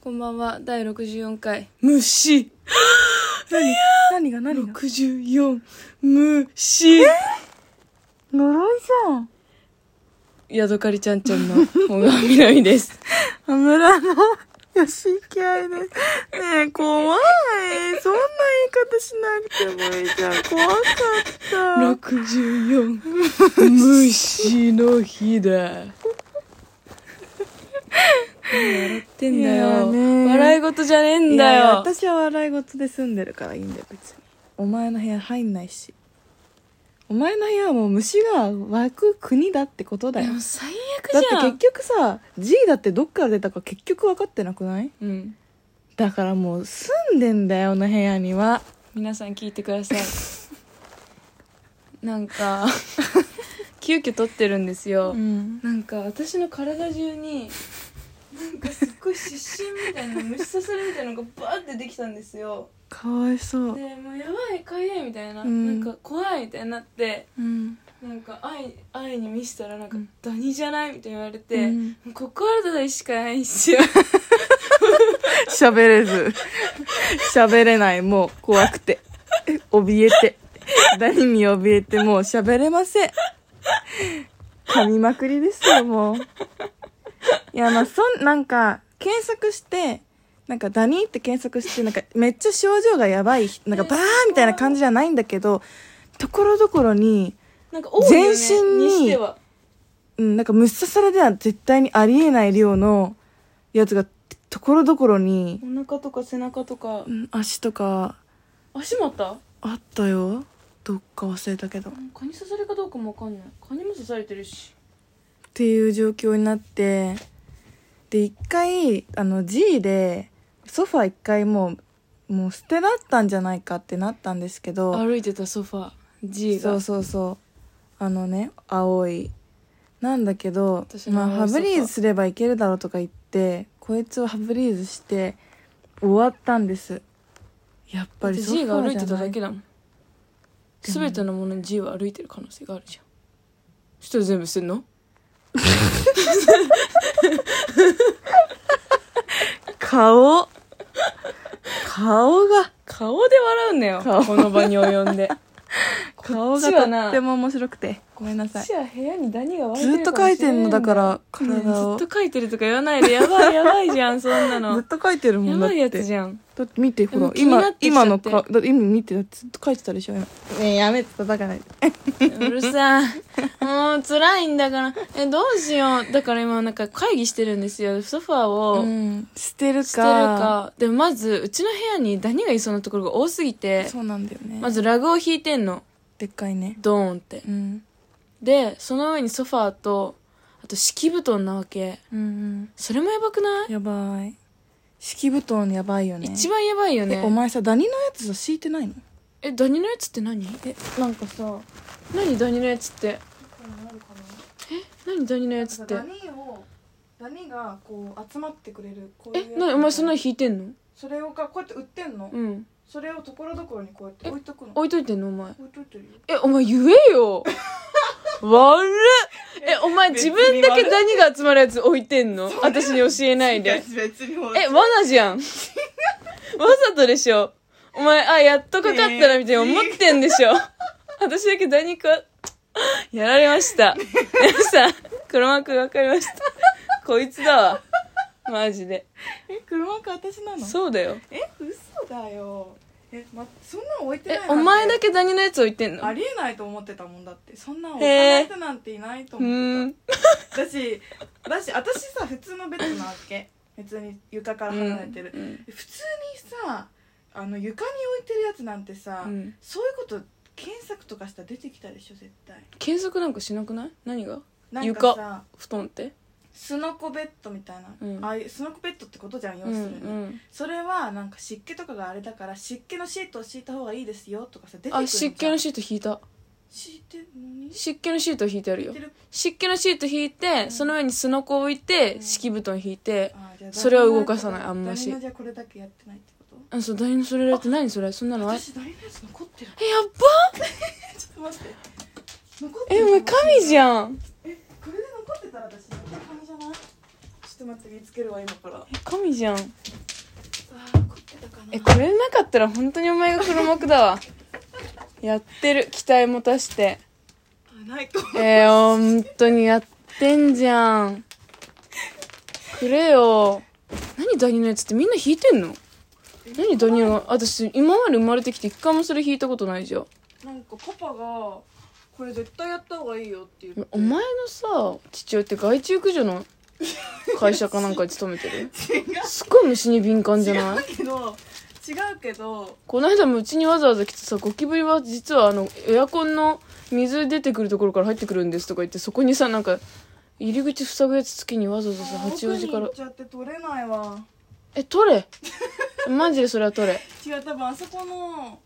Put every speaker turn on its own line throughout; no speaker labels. こんばんは第64回虫何何が何が
64虫
呪いじゃんヤドカリちゃんちゃんの小川みなみです
あ村の吉池愛ですねえ怖いそんな言い方しなくてもいいじゃん怖かった
64虫の日だ何笑ってんだ
いや
よ、
ね
笑い事じゃねえんだ
いや
よ
私は笑い事で住んでるからいいんだよ別にお前の部屋入んないしお前の部屋はもう虫が湧く国だってことだ
で
よ
も最悪
だっ
じゃん
て結局さ G だってどっから出たか結局分かってなくない
うん
だからもう住んでんだよあの部屋には
皆さん聞いてください なんか 急遽撮ってるんですよ、
ん
なんか私の体中になんかすっごい湿疹みたいな虫刺されみたいなのがバーってできたんですよ
かわいそう
でもうやばいかゆいみたいな、
うん
なんか怖いみたいになって
うん
なんか愛愛に見せたらなんか
うん
ダニじゃないみたいに言われて、
うん
もうここあるだしかないんすよ
喋れず喋れないもう怖くて怯えて何に怯えてもう喋れません噛みまくりですよもういやまあそんなんか検索してなんかダニーって検索してなんかめっちゃ症状がやばいなんかバーみたいな感じじゃないんだけどところどころに、
なんか多いよね
全身に
にしては
うん、なんか虫刺されでは絶対にありえない量のやつがところどころに、
お腹とか背中とか
うん、足とか
足もあった
あったよどっか忘れたけどっ
蚊に刺されかどうかもわかんない蚊にも刺されてるして
いう状況になってで一回あの G でソファ一回もうもう捨てだったんじゃないかってなったんですけど
歩いてたソファ G が
そうそうそうあのね青いなんだけど
私の
まあ
青い
ハブリーズすればいけるだろうとか言ってこいつをハブリーズして終わったんですやっ
だ
ぱ
って
り
G が歩いてただけ
だ
だもん全てのものに G は歩いてる可能性があるじゃんそしたら全部捨てんの
顔顔が
顔で笑うなよ
顔
この場に及んで
顔
こっち
が
は
と
な
っても面白くてごめんなさい
は部屋にダニが湧
ずっと描いてんのだから
ねえずっ
体をず
と書いてるとか言わないでやばいやばいじゃんそんなの
っと描いてるも
や
んだっ
ば
て
いやつじゃん
だって見てほ
で
ら
も気にな
今
ってきちゃ
今
って
のかだって今見てだってずっと描いてたでしょ今ねえやめて叩かないう
るさいもう辛いんだからえどうしようだから今なんか会議してるんですよソファーを、
ん捨てるか
捨てるかでもまずうちの部屋にダニがいそうなところが多すぎて
そうなんだよね
まずラグを引いてんの
でっかいね
ドーンって
うん
でその上にソファーとあと敷布団なわけ
うん
それもやばくない、
やばい敷布団やばいよね
一番やばいよね
えお前さダニのやつさ敷いてないの
えダニのやつって何
えなんかさ
何ダニのやつって何ダニのやつって
ニをダニがこう集まってくれるこ
えなお前そんなの引いてんの
それをかこうやって売ってんの
うん
それをところどころにこうやって置いとくの
置いといてんのお前
置いといてるよ
えお前言え よ悪っえお前自分だけダニが集まるやつ置いてんの私に教えないで
別に
え、罠じ ゃん。わざとでしょ。お前、あ、やっとかかったらみたいに思ってんでしょ。私だけダニか、やられました。皆さん、黒幕がわかりました。こいつだわ。マジで。
え車か私なの
そうだよ。
え嘘だよえ、ま、そんなの置いてない
え
なん、て
お前だけダニのやつ置いてんの
あ
う
りえないと思ってたもんだってそんなの置かな
へ
い
ー
人なんていないと思って
ー
た
ん。
だしだし私さ普通のベッドなわけ別に床から離れてる、
うん
普通にさあの床に置いてるやつなんてさ、
うん
そういうこと検索とかしたら出てきたでしょ絶対
検索なんかしなくない何が
なんかさ
布団って
スノコベッドみたいな、
うん
ああいうスノコベッドってことじゃん要
う
す
ん
る
う
に、
ん。
それはなんか湿気とかがあれだから湿気のシートを敷いた方がいいですよとかさ出てくる
あ、
じゃん
湿気のシート引いた。
敷いてるのに
湿気のシート引いてある
敷
よ
いて。る
湿気のシート引いて、
ん
その上にすのこ置いて、
うん
敷布団引いて、
あじゃあ
それは動かさないあんまし
誰もじゃあこれだけやってないってこと
あ、そう、何それって何それそんなのあえ、や
私誰のやつ残ってる
っば
ちょっと待って残って
え、
る
お前神じゃん
えこれで残ってたら私絶対神じゃないちょっょっと待って見つけるわ今からあ
え神じゃん
ー凝ってたかな
えこれなかったら本当にお前が黒幕だわ やってる期待持たして
あないかも
えー、本当にやってんじゃんくれよ何ダニのやつってみんな弾いてんの何ダニの私今まで生まれてきて一回もそれ弾いたことないじゃん
なんかパパがこれ絶対やった方がいいよって言って
お前のさ父親って害虫駆除 の会社かなんかに勤めてる
違う
すっごい虫に敏感じゃない
違うけど違うけど
この間もうちにわざわざ来てさゴキブリは実はあのエアコンの水出てくるところから入ってくるんですとか言ってそこにさなんか入り口塞ぐやつつきにわざわざさ八王子か
奥に行
ら
っちゃって取れないわ
え取 れマジでそれは取れ
違う多分あそこの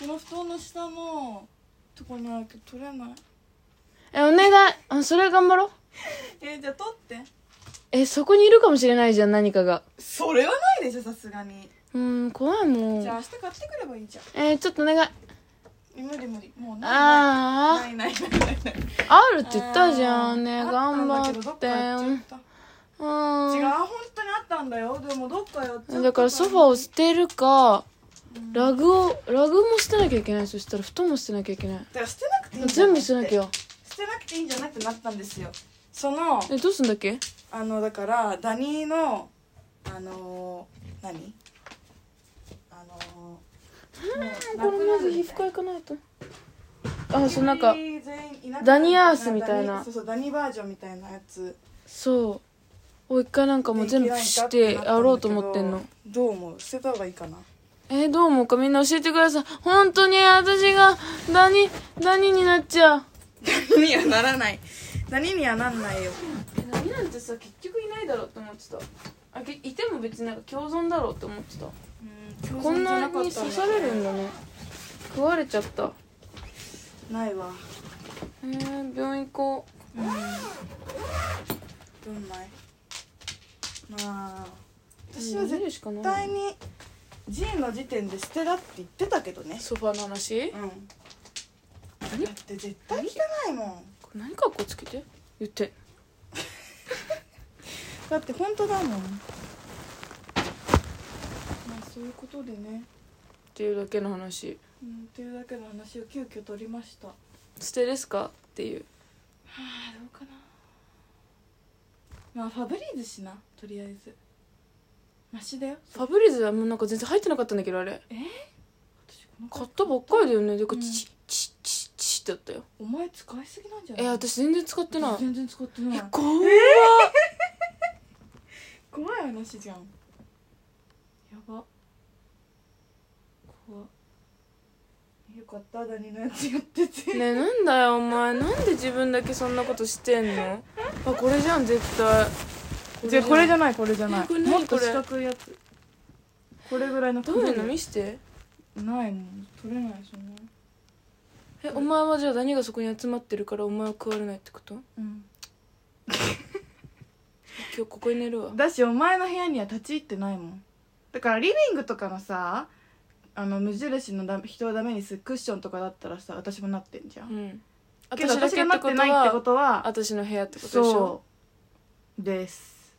この布団の下のとこにあるけど取れない
えお願いあそれ頑張ろう
えじゃあ取って
えそこにいるかもしれないじゃん何かが
それはないでしょさすがに、
うーん怖いもん
じゃあ明日買ってくればいいじゃん
えー、ちょっとお願い
え無理無理もうないな
あ
いないないないないない
ーあるって言ったじゃんね
あ
頑
あ
張
たんだけど
っ
どっかやっち
て
ゃ
う
た違う
ー
本当にあったんだよでもどっかやっちゃった
んだからソファーを捨てるかラグをラグも捨てなきゃいけないそしたら布団も捨てなきゃいけない
だから捨てなくていいんじゃ
全
ん
部捨てなきゃ
捨てなくていいんじゃないってなったんですよその
えどうすんだっけ
あのだからダニーのあのー、何あのー、
これまず皮膚科行かないとあそうなんかダ
ダ
ニアースみたいな
そうそうダニバージョンみたいなやつ
そうを一回なんかもう全部してやろうと思ってんの
どう思う捨てた方がいいかな
えーどう思うかみんな教えてください本当に私がダニダニになっちゃう
ダニにはならないダニにはなんないよ
ダニなんてさ結局いないだろうって思ってたあけいても別になんか共存だろうって思ってた
うん
こんなに刺されるんだね食われちゃった
ないわ
えー、病院行こう
うんどんないまあ私は
うん見
絶
るしかない
対に G の時点で捨てだって言ってたけどね
ソファの話
うん
何
だって絶対汚いもん
これ何かっこつけて言って
だって本当だもんまあそういうことでね
っていうだけの話
うんっていうだけの話を急遽取りましたは
捨てですかっていう
あどうかなまあファブリーズしなとりあえずマシだよ
ファブリーズはもうなんか全然入ってなかったんだけどあれ
私この
買ったばっかりだよねでか
うん
チッチッチッチッってやったよ
お前使いすぎなんじゃな
え
い
ー、私全然使ってない
全然使ってない
怖っ
怖い話じゃんやば怖よかったダニのやつやってて
ねえなんだよお前なんで自分だけそんなことしてんのあこれじゃん絶対
じゃこれじ
ゃん
ゃないこれじゃない
えこれ何
もっと
これ
四角いやつこれぐらいの
どういうの見して
ないもん取れないそんな
えお前はじゃあ何がそこに集まってるからお前は食われないってこと
うん
今日ここに寝るわ
だしお前の部屋には立ち入ってないもんだからリビングとかのさあの無印のだ人をダメにするクッションとかだったらさ私もなってんじゃ
うんん
けど
私だ
私
け
が
っ
な
て
っ
こ
て
と
ないってこ
は
とは
私の部屋ってことでしょ
そうです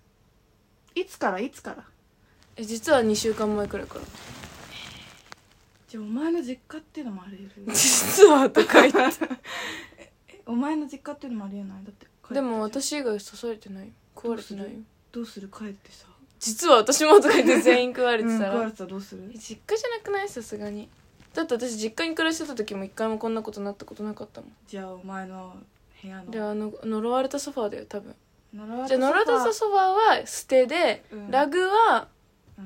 いつからいつから
え実は2週間前くらいから
じゃあお前の実家っていうのもありえる
実はと か言って
お前の実家っていうのもありえないだって帰って
でも私以外刺されてないよ食われてないよ
どうするどうする帰ってさ
実は私もとか言って全員食われて
うん
たら、
食われてたらどうする
実家じゃなくないさすがにだって私実家に暮らしてた時も一回もこんなことなったことなかったもん
じゃあお前の部屋の
であの呪われたソファーだよ多分
呪わ
じゃあ呪われたソファーは捨てで、
うん
ラグは
うん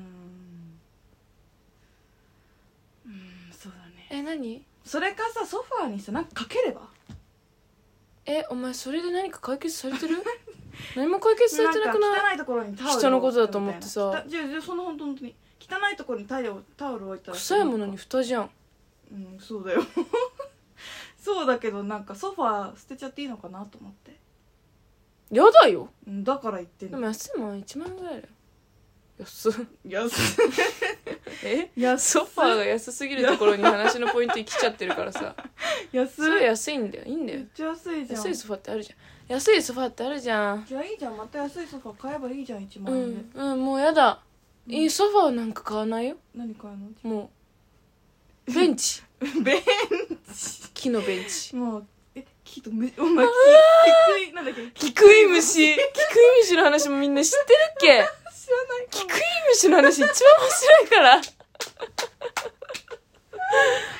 うんそうだね
え何
それかさソファーにさなんかかければ
えお前それで何か解決され てる何も解決されてなくない
んか汚いところにタオルを
人のことだと思ってさ
みたいなきたじゃあじゃあその本当に汚いところにタオルをタオルを置いたら
臭いものに蓋じゃん
うんそうだよそうだけどなんかソファー捨てちゃっていいのかなと思って
やだよ
うんだから言ってん
で
の
も安いもん1万円ぐらいだよ安っ
安
え
安
ソファーが安すぎるところに話のポイントに来ちゃってるから さ
安
そ
い
れ安いんだよいいんだ
め
よ
っちゃ安いじゃん
安いソファーってあるじゃん安いソファーってあるじゃん
じゃあいいじゃんまた安いソファー買えばいいじゃん1
う
万円で、
んうんもうやだいいソファーなんか買わないよ
何買うの
もうベンチ
ベン
木のベンチ
もうえ木とむお前木木食いなんだっけ
キクイムシキクイムシの話もみんな知ってるっけ
知らない
キクイムシの話一番面白いから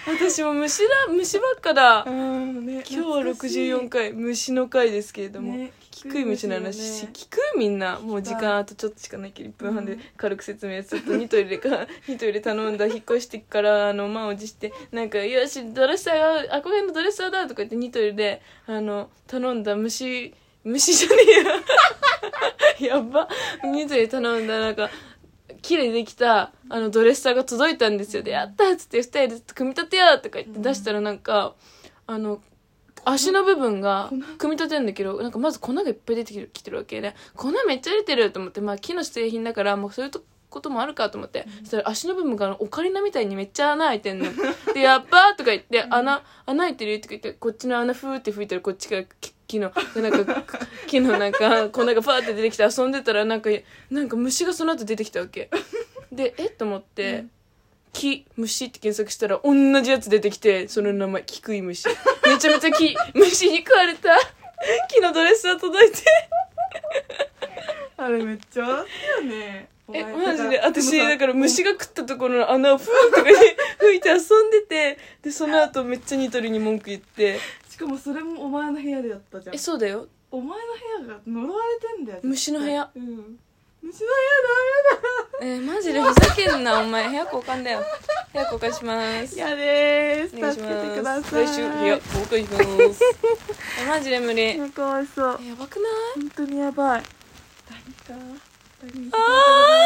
私も虫だ虫ばっかだ
うーんね
今日は64回虫の回ですけれども、
ね
聞くい虫の話し聞くみんなもう時間あとちょっとしかないけど1分半で軽く説明するとニトイレかニトイレ頼んだ引っ越してからあの満を持してなんか「よしドレッサーが憧れのドレッサーだ」とか言ってニトイレであの頼んだ虫虫じゃねえ ややばニトイレ頼んだなんか木でできたあのドレッサーが届いたんですよで「やった!」っつって2人で組み立てようとか言って出したらなんか、あの足の部分が組み立てるんだけどなんかまず粉がいっぱい出てきてるきてるわけで、粉めっちゃ出てると思って、まあ、木の製品だからもうそういうとこともあるかと思って、そしたら足の部分がオカリナみたいにめっちゃ穴開いてんので「やっば!」とか言って「穴穴開いてるよ」とか言ってこっちの穴ふーって吹いたらこっちからき木のなんか木のなんか粉がパーって出てきて遊んでたらなんかなんか虫がその後出てきたわけでえっと思って。木虫って検索したら同じやつ出てきてその名前キクイムシめちゃめちゃ木虫に食われた木のドレスが届いて
あれめっちゃ安いよね
え
お前
マジで私だから
もさ
虫が食ったところの穴をふーとかに 吹いて遊んでてでその後めっちゃニトリに文句言って
しかもそれもお前の部屋でやったじゃん
えそうだよ
お前の部屋が呪われてんだよ
虫の部屋
うん虫の部屋
えーマジでふざけんなお前部屋交換 だよ部屋交換します
ダメだやで
お願
ー
いし
す助けて
ま
くだ
す
さい
来週部屋交換します えマジで無理えや
なんかわいそう
ばくない
本当にやばい何か何か